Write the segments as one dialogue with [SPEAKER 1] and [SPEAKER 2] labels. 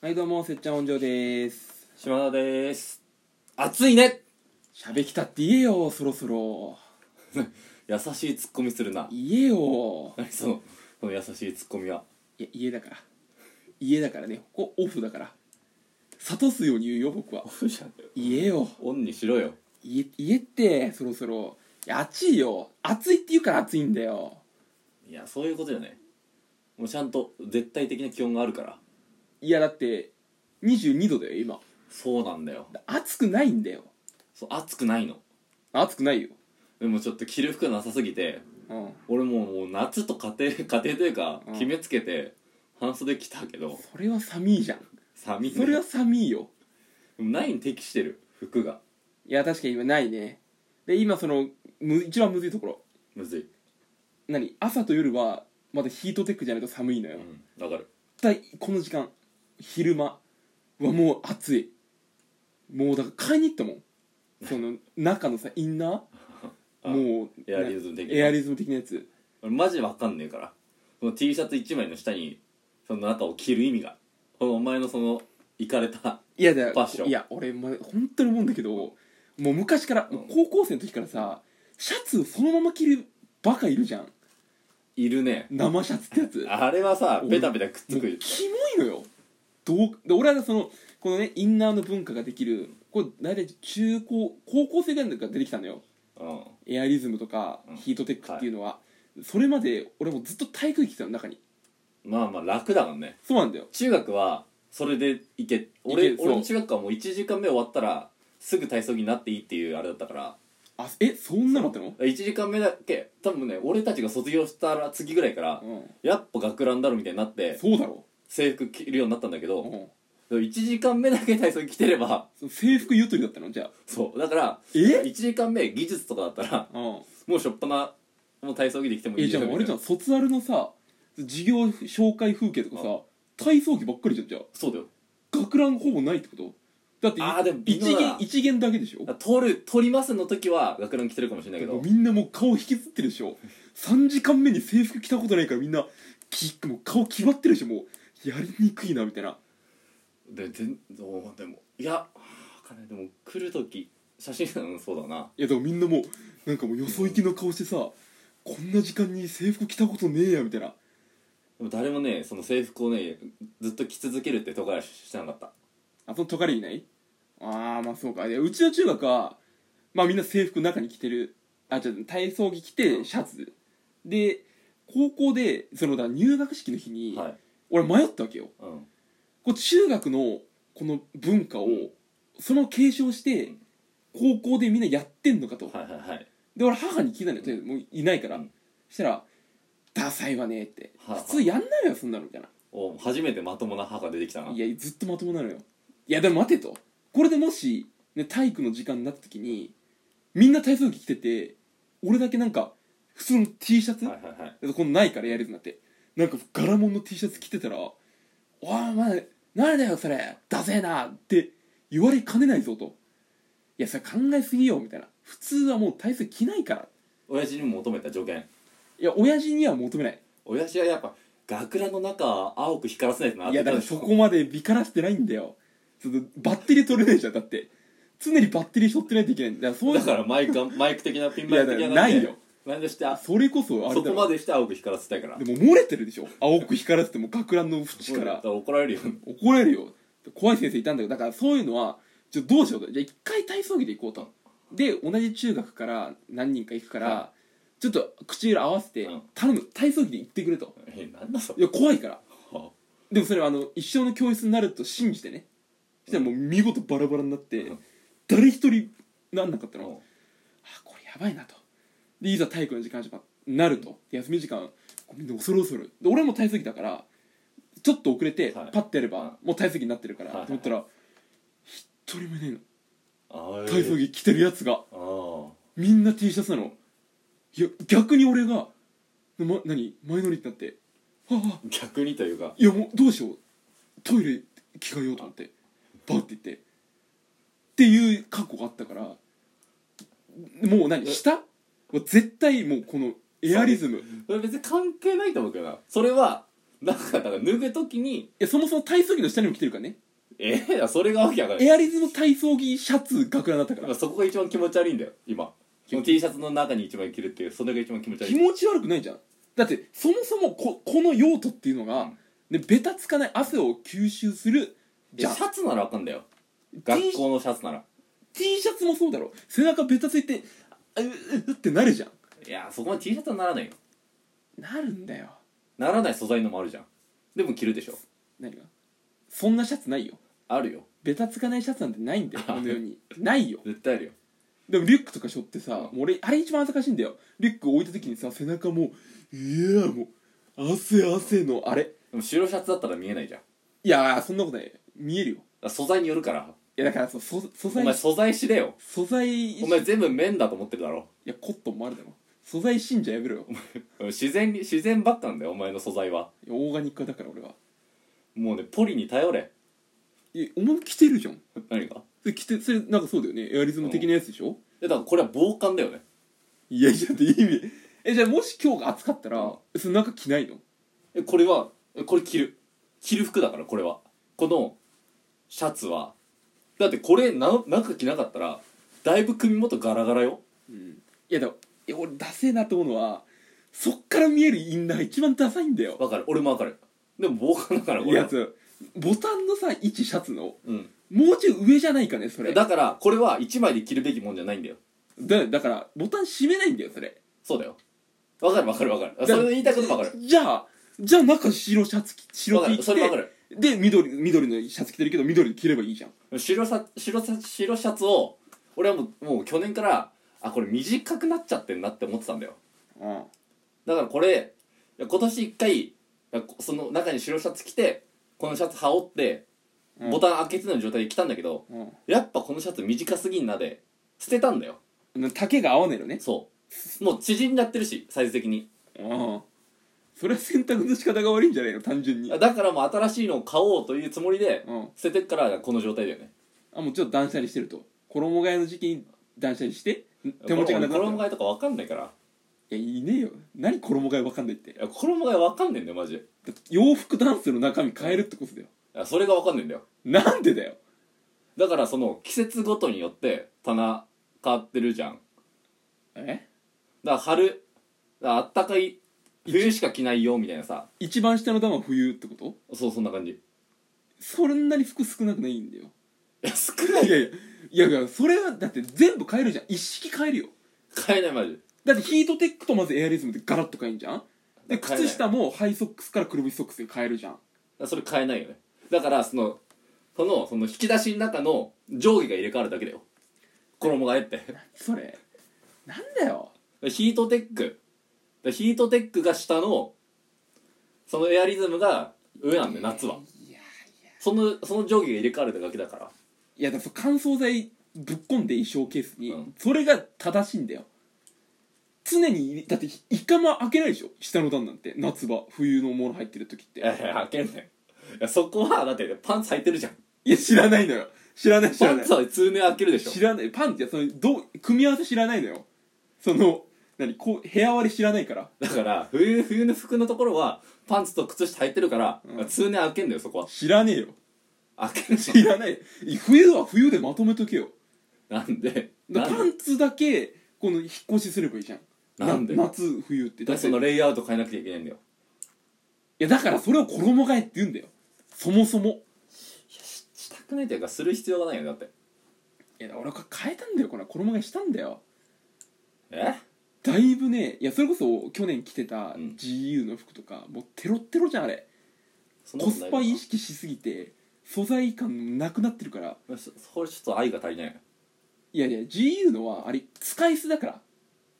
[SPEAKER 1] はいどうもせっちゃん音場です
[SPEAKER 2] 島田です暑いね
[SPEAKER 1] しゃべきたって言えよそろそろ
[SPEAKER 2] 優しいツッコミするな
[SPEAKER 1] 言えよ
[SPEAKER 2] 何そのその優しいツッコミはい
[SPEAKER 1] や家だから家だからねここオフだから諭すように言うよ僕は
[SPEAKER 2] オフじゃん
[SPEAKER 1] 言えよ
[SPEAKER 2] オンにしろよ
[SPEAKER 1] 家家ってそろそろいや暑いよ暑いって言うから暑いんだよ
[SPEAKER 2] いやそういうことじゃないもうちゃんと絶対的な気温があるから
[SPEAKER 1] いやだって22度だよ今
[SPEAKER 2] そうなんだよ
[SPEAKER 1] 暑くないんだよ
[SPEAKER 2] そう暑くないの
[SPEAKER 1] 暑くないよ
[SPEAKER 2] でもちょっと着る服がなさすぎて
[SPEAKER 1] うん
[SPEAKER 2] 俺もうもう夏と家庭 家庭というか
[SPEAKER 1] うん
[SPEAKER 2] 決めつけて半袖着たけど
[SPEAKER 1] それは寒いじゃん
[SPEAKER 2] 寒いね
[SPEAKER 1] それは寒いよ
[SPEAKER 2] でもないに適してる服が
[SPEAKER 1] いや確かに今ないねで今そのむ一番むずいところ
[SPEAKER 2] むずい
[SPEAKER 1] 何朝と夜はまだヒートテックじゃないと寒いのよ、
[SPEAKER 2] うんわかる
[SPEAKER 1] 絶対この時間昼間はもう暑いもうだから買いに行ったもんそ の中のさインナー
[SPEAKER 2] あ
[SPEAKER 1] もう
[SPEAKER 2] エアリズム的な
[SPEAKER 1] エアリズム的なやつ
[SPEAKER 2] 俺マジわかんねえからその T シャツ1枚の下にその中を着る意味がこのお前のそのいかれた
[SPEAKER 1] いやだ
[SPEAKER 2] ファッション
[SPEAKER 1] いや俺、ま、本当に思うんだけどもう昔から、
[SPEAKER 2] うん
[SPEAKER 1] もう高校生の時からさシャツをそのまま着るバカいるじゃん
[SPEAKER 2] いるね
[SPEAKER 1] 生シャツってやつ
[SPEAKER 2] あれはさ
[SPEAKER 1] お
[SPEAKER 2] ペタペタくっ
[SPEAKER 1] も
[SPEAKER 2] つ
[SPEAKER 1] うキモ
[SPEAKER 2] く
[SPEAKER 1] いのよどうで俺はそのこのねインナーの文化ができるこれ大体中高高校生ぐらいの時から出てきたのよ
[SPEAKER 2] うん
[SPEAKER 1] エアリズムとか
[SPEAKER 2] うん
[SPEAKER 1] ヒートテックっていうのは、それまで俺もずっと体育着てたの中に
[SPEAKER 2] まあまあ楽だもんね
[SPEAKER 1] そうなんだよ
[SPEAKER 2] 中学はそれでいけ俺
[SPEAKER 1] いけそう
[SPEAKER 2] 俺の中学校はもう1時間目終わったらすぐ体操着になっていいっていうあれだったから
[SPEAKER 1] あえそんなのあったの
[SPEAKER 2] 1時間目だけ多分ね俺たちが卒業したら次ぐらいから、
[SPEAKER 1] うん
[SPEAKER 2] やっぱ学ランだろみたいになって
[SPEAKER 1] そうだろ
[SPEAKER 2] 制服着るようになったんだけ
[SPEAKER 1] う、
[SPEAKER 2] ど、
[SPEAKER 1] ん、
[SPEAKER 2] 1時間目だけ体操着着てれば
[SPEAKER 1] そ制服ゆとりだったのじゃあ
[SPEAKER 2] そうだから
[SPEAKER 1] え
[SPEAKER 2] 1時間目技術とかだったら
[SPEAKER 1] うん
[SPEAKER 2] もうしょっぱなもう体操着できてもい
[SPEAKER 1] え
[SPEAKER 2] い
[SPEAKER 1] じゃああれじゃ
[SPEAKER 2] ん
[SPEAKER 1] ん卒アルのさ授業紹介風景とかさ体操着ばっかりじゃんじゃあ
[SPEAKER 2] そうだよ
[SPEAKER 1] 学ランほぼないってことだって
[SPEAKER 2] あーでも微
[SPEAKER 1] 一
[SPEAKER 2] 妙だ
[SPEAKER 1] 元
[SPEAKER 2] な
[SPEAKER 1] 一元だけでしょ
[SPEAKER 2] 取る取りますの時は学ラン着てるかもしれないけ
[SPEAKER 1] もう
[SPEAKER 2] ど
[SPEAKER 1] みんなもう顔引きずってるでしょ3時間目に制服着たことないからみんなきもう顔決まってるでしょもうやりにくいなみたいな
[SPEAKER 2] ででどうでもいやわかんないでも来る時写真うんそうだない
[SPEAKER 1] やでもみんなもうなんかもうよそ行きの顔してさこんな時間に制服着たことねえやみたいな
[SPEAKER 2] でも誰もねその制服をねずっと着続けるってとかしてなかった
[SPEAKER 1] あそのトカレいないああまあそうかでうちの中学はまあみんな制服中に着てるあじゃ体操着着てシャツで高校でそのだから入学式の日に、
[SPEAKER 2] はい
[SPEAKER 1] 俺迷ったわけよ
[SPEAKER 2] うん
[SPEAKER 1] こう中学のこの文化をその継承して高校でみんなやってんのかと、
[SPEAKER 2] はいはいはい
[SPEAKER 1] で俺母に聞いたんだよとりあえずもういないから、
[SPEAKER 2] うん
[SPEAKER 1] そしたら「ダサいわね」って「
[SPEAKER 2] はあ
[SPEAKER 1] 普通やんないよそんなの」みたいな
[SPEAKER 2] お初めてまともな歯が出てきた
[SPEAKER 1] 「
[SPEAKER 2] ない
[SPEAKER 1] やずっとまともなのよ」「いやでも待て」とこれでもし、ね、体育の時間になった時にみんな体操着着てて俺だけなんか普通の T シャツ、
[SPEAKER 2] はいはいはい
[SPEAKER 1] でこのないからやるようになってなんか柄物の T シャツ着てたら「おいお前何だよそれダセえな」って言われかねないぞと「いやそれ考えすぎよ」みたいな普通はもう体操着ないから
[SPEAKER 2] 親父にも求めた助言
[SPEAKER 1] いや親父には求めない
[SPEAKER 2] 親父はやっぱ学ランの中青く光らせないとなっ
[SPEAKER 1] い
[SPEAKER 2] て
[SPEAKER 1] やだからそこまでビからしてないんだよそのバッテリー取れないじゃんだって常にバッテリー背負ってないといけないんだからそういう
[SPEAKER 2] だからマイクマイク的なピン
[SPEAKER 1] い
[SPEAKER 2] マイ
[SPEAKER 1] や
[SPEAKER 2] ク
[SPEAKER 1] だか
[SPEAKER 2] 的
[SPEAKER 1] ら
[SPEAKER 2] な
[SPEAKER 1] ないよ
[SPEAKER 2] なんでしてあ
[SPEAKER 1] それこそあれ
[SPEAKER 2] そ
[SPEAKER 1] だ
[SPEAKER 2] こ
[SPEAKER 1] ろ
[SPEAKER 2] までして青く光らせたいから
[SPEAKER 1] でも漏れてるでしょ青く光らせても学ランの縁
[SPEAKER 2] だ
[SPEAKER 1] か
[SPEAKER 2] からら怒られるよ
[SPEAKER 1] 怒られるよ怖い先生いたんだけどだからそういうのはちょどうしようとじゃあ一回体操着で行こうとで同じ中学から何人か行くから、
[SPEAKER 2] は
[SPEAKER 1] ちょっと口裏合わせて、
[SPEAKER 2] うん
[SPEAKER 1] 頼む体操着で行ってくれと
[SPEAKER 2] えなんだそ
[SPEAKER 1] い
[SPEAKER 2] れ
[SPEAKER 1] や怖いから
[SPEAKER 2] は
[SPEAKER 1] でもそれはあの一生の教室になると信じてねそしたらもう見事バラバラになって、
[SPEAKER 2] うん
[SPEAKER 1] 誰一人なんなかった
[SPEAKER 2] あ
[SPEAKER 1] の、
[SPEAKER 2] も
[SPEAKER 1] あこれやばいなとでいざ体育の時間になるとで休み時間こうみんな恐る恐るで俺も体操着だからちょっと遅れて
[SPEAKER 2] はい
[SPEAKER 1] パッてやれば、
[SPEAKER 2] は
[SPEAKER 1] もう体操着になってるから、
[SPEAKER 2] はいはい
[SPEAKER 1] と思ったら一人もいないの
[SPEAKER 2] うあ
[SPEAKER 1] 体操着着てるやつが
[SPEAKER 2] あー
[SPEAKER 1] みんな T シャツなのいや逆に俺が、ま、何マイノリってなって「はあはあ
[SPEAKER 2] 逆にというか
[SPEAKER 1] いやもうどうしようトイレ着替えようと思ってバッて行ってっていう過去があったからもう何
[SPEAKER 2] え
[SPEAKER 1] 下もう絶対もうこのエアリズム
[SPEAKER 2] それ別に関係ないと思うけどなそれはなんかだから脱ぐ時に
[SPEAKER 1] やそもそも体操着の下にも着てるからね
[SPEAKER 2] えー、それがわけわかんない
[SPEAKER 1] エアリズの体操着シャツ学ランだったか
[SPEAKER 2] なんからそこが一番気持ち悪いんだよ今その T シャツの中に一枚着るっていうそれが一番気持ち悪
[SPEAKER 1] 気
[SPEAKER 2] い
[SPEAKER 1] 持ち悪くないじゃんだってそもそもここの用途っていうのが、ね、ベタつかない汗を吸収するじ
[SPEAKER 2] じ
[SPEAKER 1] ゃ
[SPEAKER 2] ゃ
[SPEAKER 1] ん
[SPEAKER 2] シャツならわかんだよ学校のシャツなら
[SPEAKER 1] T シャツもそうだろ背中ベタついてあうううってなるじゃん
[SPEAKER 2] いやそこまで T シャツはならないよ
[SPEAKER 1] なるんだよ
[SPEAKER 2] ならない素材のもあるじゃんでも着るでしょ
[SPEAKER 1] 何がそんなシャツないよ
[SPEAKER 2] あるよ
[SPEAKER 1] ベタつかないシャツなんてないんだよこの世にないよ
[SPEAKER 2] 絶対あるよ
[SPEAKER 1] でもリュックとか背負ってさ、
[SPEAKER 2] うん
[SPEAKER 1] もう俺あれ一番恥ずかしいんだよリュック置いた時にさ背中もういやもう汗汗のあれ
[SPEAKER 2] でも白シャツだったら見えないじゃんだか
[SPEAKER 1] いやーそんなことない見えるよ
[SPEAKER 2] ら素材によるから
[SPEAKER 1] いやだからそ素素
[SPEAKER 2] お前
[SPEAKER 1] 材
[SPEAKER 2] 素材知れよ
[SPEAKER 1] 素材
[SPEAKER 2] お前全部綿だと思ってるだろ
[SPEAKER 1] いやコットンもあるだろ素材信者やめろよ
[SPEAKER 2] 自然に自然ばっかなんだよお前の素材はい
[SPEAKER 1] やオーガニック派だから俺は
[SPEAKER 2] もうねポリに頼れ
[SPEAKER 1] いやお前も着てるじゃん
[SPEAKER 2] 何か
[SPEAKER 1] それ着てそれなんかそうだよねエアリズム的なやつでしょ、
[SPEAKER 2] えだからこれは防寒だよね
[SPEAKER 1] いやいやだって意味えじゃあもし今日が暑かったら、その中着ないの
[SPEAKER 2] えこれはえこれ着る着る服だからこれはこのシャツはだってこれな中着なかったらだいぶ首元ガラガラよ
[SPEAKER 1] うんいやでもいや俺ダセえなと思うのはそっから見えるインナーが一番ダサいんだよ
[SPEAKER 2] わかる俺もわかるでも防寒だからこ
[SPEAKER 1] い
[SPEAKER 2] れ
[SPEAKER 1] や
[SPEAKER 2] は
[SPEAKER 1] つボタンのさ位置シャツの
[SPEAKER 2] うん
[SPEAKER 1] もうちょい上じゃないかねそれだ
[SPEAKER 2] だからこれは1枚で着るべきもんじゃないんだよ
[SPEAKER 1] だからボタン閉めないんだよそれ
[SPEAKER 2] そうだよわかるわかるわかる
[SPEAKER 1] だ
[SPEAKER 2] それの言いたいことわかる
[SPEAKER 1] じゃあじゃあ中白シャツ着白
[SPEAKER 2] わか
[SPEAKER 1] T
[SPEAKER 2] る
[SPEAKER 1] 着
[SPEAKER 2] それわかる
[SPEAKER 1] てで緑緑のシャツ着てるけど緑で着ればいいじゃん
[SPEAKER 2] 白さ白さ白シャツを俺はもうもう去年からあこれ短くなっちゃってんなって思ってたんだよ
[SPEAKER 1] うん
[SPEAKER 2] だからこれいや今年一回いやこその中に白シャツ着てこのシャツ羽織って
[SPEAKER 1] うん
[SPEAKER 2] ボタン開けての状態で着たんだけど、
[SPEAKER 1] う
[SPEAKER 2] やっぱこのシャツ短すぎんなで捨てたんだよ
[SPEAKER 1] ん丈が合わないのね
[SPEAKER 2] そうもう縮んじゃってるしサイズ的に
[SPEAKER 1] うんそれは選択の仕方が悪いんじゃないの単純に
[SPEAKER 2] だからもう新しいのを買おうというつもりで
[SPEAKER 1] うん
[SPEAKER 2] 捨ててっからこの状態だよね
[SPEAKER 1] あもうちょっと断捨離してると衣替えの時期に断捨離して手持ちがなくなった
[SPEAKER 2] 衣替えとか分かんないから
[SPEAKER 1] いやいねえよ何衣替えわかんないって
[SPEAKER 2] いや衣替え分かんねえんだよマジでい
[SPEAKER 1] だって洋服ダンスの中身変えるってことだよ
[SPEAKER 2] やそれが分かんねえんだよ
[SPEAKER 1] なんでだよ
[SPEAKER 2] だからその季節ごとによって棚変わってるじゃんだか
[SPEAKER 1] え
[SPEAKER 2] ら春だからあったかい冬しか着ないよみたいなさ
[SPEAKER 1] 一番下の段は冬ってこと
[SPEAKER 2] そうそんな感じい
[SPEAKER 1] そんなに服少なくないんだよ
[SPEAKER 2] や少ない
[SPEAKER 1] いやいやいやいやそれはだって全部変えるじゃん一式変えるよ
[SPEAKER 2] 買えないマジ
[SPEAKER 1] だってヒートテックとまずエアリズムでガラッと変えんじゃんで
[SPEAKER 2] 買えない
[SPEAKER 1] 靴下もハイソックスから黒いソックスに変えるじゃん
[SPEAKER 2] でそれ買えないよねだからそのそのその引き出しの中の上下が入れ替わるだけだよ衣替えって
[SPEAKER 1] それなんだよ
[SPEAKER 2] ヒートテックでヒートテックが下のそのエアリズムが上なんで夏はい
[SPEAKER 1] や
[SPEAKER 2] そのその上下が入れ替わるだけだから
[SPEAKER 1] いやだからその乾燥剤ぶっ込んで衣装ケースに、
[SPEAKER 2] うん
[SPEAKER 1] それが正しいんだよ常にだって一回も開けないでしょ下の段なんて夏場冬のもの入ってる時って
[SPEAKER 2] いやいや開けんねんいやそこはだってパンツ履いてるじゃん
[SPEAKER 1] いや知らないのよ知らない知
[SPEAKER 2] パ
[SPEAKER 1] ら
[SPEAKER 2] ン
[SPEAKER 1] ない
[SPEAKER 2] ツは通年開けるでしょ
[SPEAKER 1] 知らないパンってそのどう組み合わせ知らないのよその何こう部屋割り知らないから
[SPEAKER 2] だから冬冬の服のところはパンツと靴下履いてるから、
[SPEAKER 1] うん
[SPEAKER 2] 通年開けんだよそこ
[SPEAKER 1] 知らねえよ
[SPEAKER 2] は開け るし
[SPEAKER 1] 知らない冬は冬でまとめとけよ
[SPEAKER 2] なんで
[SPEAKER 1] だ
[SPEAKER 2] なんで
[SPEAKER 1] パンツだけこの引っ越しすればいいじゃん
[SPEAKER 2] なんで
[SPEAKER 1] 夏冬って
[SPEAKER 2] だからそのレイアウト変えなくちゃいけないんだよ
[SPEAKER 1] いやだからそれを衣替えって言うんだよそもそも
[SPEAKER 2] ししたくないというかする必要がないよねだって
[SPEAKER 1] いや俺は変えたんだよこれ衣替えしたんだよ
[SPEAKER 2] え
[SPEAKER 1] だいぶねいやそれこそ去年着てた
[SPEAKER 2] うん
[SPEAKER 1] GU の服とか、もうテロッテロじゃんあれ
[SPEAKER 2] そんな
[SPEAKER 1] コ
[SPEAKER 2] ことな
[SPEAKER 1] ス
[SPEAKER 2] い
[SPEAKER 1] パ意
[SPEAKER 2] い
[SPEAKER 1] 識しすぎて素材感なくなってるから
[SPEAKER 2] そそれちょっと愛が足りない
[SPEAKER 1] いやいや GU のはあれ使い捨てだから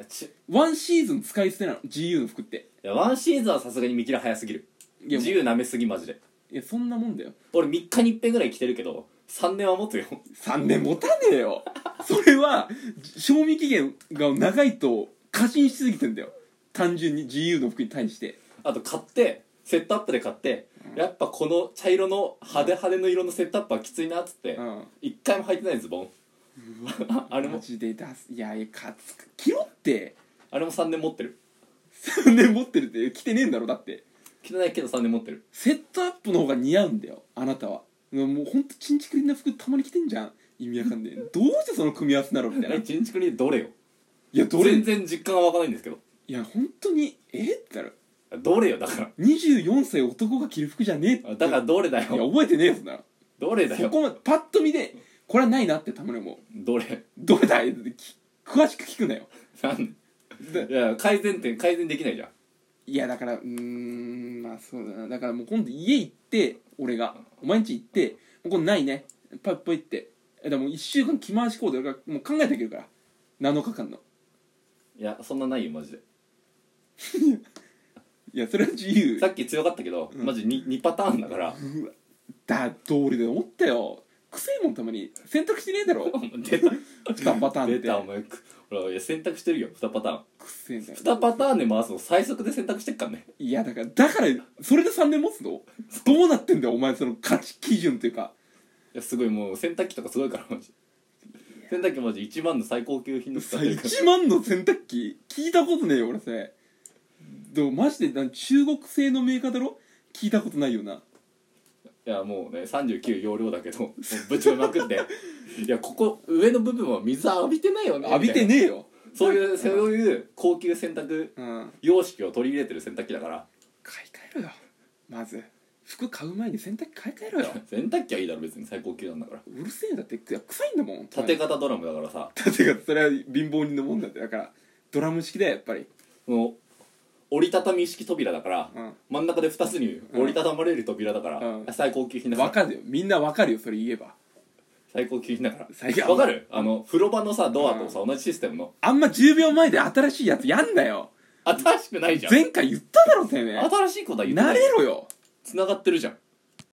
[SPEAKER 2] えちい
[SPEAKER 1] ワンシーズン使い捨てなの GU の服って
[SPEAKER 2] やワンシーズンはさすがに見切り早すぎる
[SPEAKER 1] いやもう
[SPEAKER 2] 自由なめすぎマジで
[SPEAKER 1] いやそんなもんだよ
[SPEAKER 2] 俺3日に1遍ぐらい着てるけど3年は持つよ
[SPEAKER 1] 3年持たねえよ それは賞味期限が長いと過信しすぎてんだよ単純に GU の服に対して
[SPEAKER 2] あと買ってセットアップで買って、やっぱこの茶色の派手派手の色のセットアップはきついなっつって
[SPEAKER 1] うん
[SPEAKER 2] 一回も履いてないズボン あれ
[SPEAKER 1] マ
[SPEAKER 2] も
[SPEAKER 1] ジで出すいやいやかつ着ろって
[SPEAKER 2] あれも3年持ってる
[SPEAKER 1] 3年持ってるって着てねえんだろだって
[SPEAKER 2] 汚いけど3年持ってる
[SPEAKER 1] セットアップの方が似合うんだよあなたはもうほんとチンチクリンな服たまに着てんじゃん意味わかんねえどうしてその組み合わせなのみたいな
[SPEAKER 2] え
[SPEAKER 1] い
[SPEAKER 2] ちんちくりんどれよ
[SPEAKER 1] やどれ
[SPEAKER 2] 全
[SPEAKER 1] い
[SPEAKER 2] 然実感は湧かないんですけど
[SPEAKER 1] や本当にえってなる
[SPEAKER 2] どれよだか
[SPEAKER 1] 24歳男が着る服じゃねえって
[SPEAKER 2] らだからどれ
[SPEAKER 1] い
[SPEAKER 2] だ
[SPEAKER 1] や
[SPEAKER 2] よ
[SPEAKER 1] 覚えてねえよそんなの
[SPEAKER 2] どれだ
[SPEAKER 1] そ
[SPEAKER 2] よ
[SPEAKER 1] こまでパッと見でこれはないなってたまに思う
[SPEAKER 2] どれ
[SPEAKER 1] どれだいってき詳しく聞くなよ
[SPEAKER 2] なん
[SPEAKER 1] だ
[SPEAKER 2] いや改善点改善できないじゃん
[SPEAKER 1] いやだからうーんまあそうだなだからもう今度家行って俺がお前んち行って「もうこれないねパッパイ」ってえでも1週間着回しコーデ俺がもう考えてあげるから7日間の
[SPEAKER 2] いやそんなないよマジで
[SPEAKER 1] いやそれは自由
[SPEAKER 2] さっき強かったけど、
[SPEAKER 1] うん
[SPEAKER 2] マジ 2, 2パターンだから
[SPEAKER 1] だ通りで思ったよくせえもんたまに選択肢ねえだろ
[SPEAKER 2] 出た
[SPEAKER 1] 2パターン
[SPEAKER 2] 出
[SPEAKER 1] った
[SPEAKER 2] お
[SPEAKER 1] て
[SPEAKER 2] 前くほらいや選択してるよ2パターン
[SPEAKER 1] くせえんだよ
[SPEAKER 2] 2パターンで回すの最速で選択してっからね
[SPEAKER 1] いやだからだからそれで3年持つのどうなってんだよお前その価値基準というか
[SPEAKER 2] いやすごいもう洗濯機とかすごいからマジ洗濯機マジ1万の最高級品の使ってるから
[SPEAKER 1] 1万の洗濯機聞いたことねえよ俺それでもマジでな中国製のメーカーだろ聞いたことないよない
[SPEAKER 2] やもうね39容量だけどもうぶちまくっていやここ上の部分は水浴びてないよね
[SPEAKER 1] 浴びて
[SPEAKER 2] みたい
[SPEAKER 1] ね
[SPEAKER 2] な
[SPEAKER 1] えよ
[SPEAKER 2] そういうそういう高級洗濯
[SPEAKER 1] うん
[SPEAKER 2] 様式を取り入れてる洗濯機だから
[SPEAKER 1] 買い替えろよまず服買う前に洗濯機買い替えろよ
[SPEAKER 2] 洗濯機はいいだろ別に最高級なんだから
[SPEAKER 1] うるせえよだっていや臭いんだもん
[SPEAKER 2] 縦型ドラムだからさ
[SPEAKER 1] 縦がそれは貧乏人のもんだってだからドラム式だよやっぱり
[SPEAKER 2] その折りたたみ式扉だから、
[SPEAKER 1] うん
[SPEAKER 2] 真ん中で2つに折りたたまれる扉だから、
[SPEAKER 1] うん
[SPEAKER 2] 最高級品だか
[SPEAKER 1] わ
[SPEAKER 2] ら
[SPEAKER 1] かるよみんなわかるよそれ言えば
[SPEAKER 2] 最高級品だか
[SPEAKER 1] 最高
[SPEAKER 2] らわかるあの風呂場のさドアとさ、同じシステムの
[SPEAKER 1] あんま10秒前で新しいやつやんなよ
[SPEAKER 2] 新しくないじゃん
[SPEAKER 1] 前回言っただろてめえ
[SPEAKER 2] 新しいことは言ってな
[SPEAKER 1] ないれろよ
[SPEAKER 2] つながってるじゃん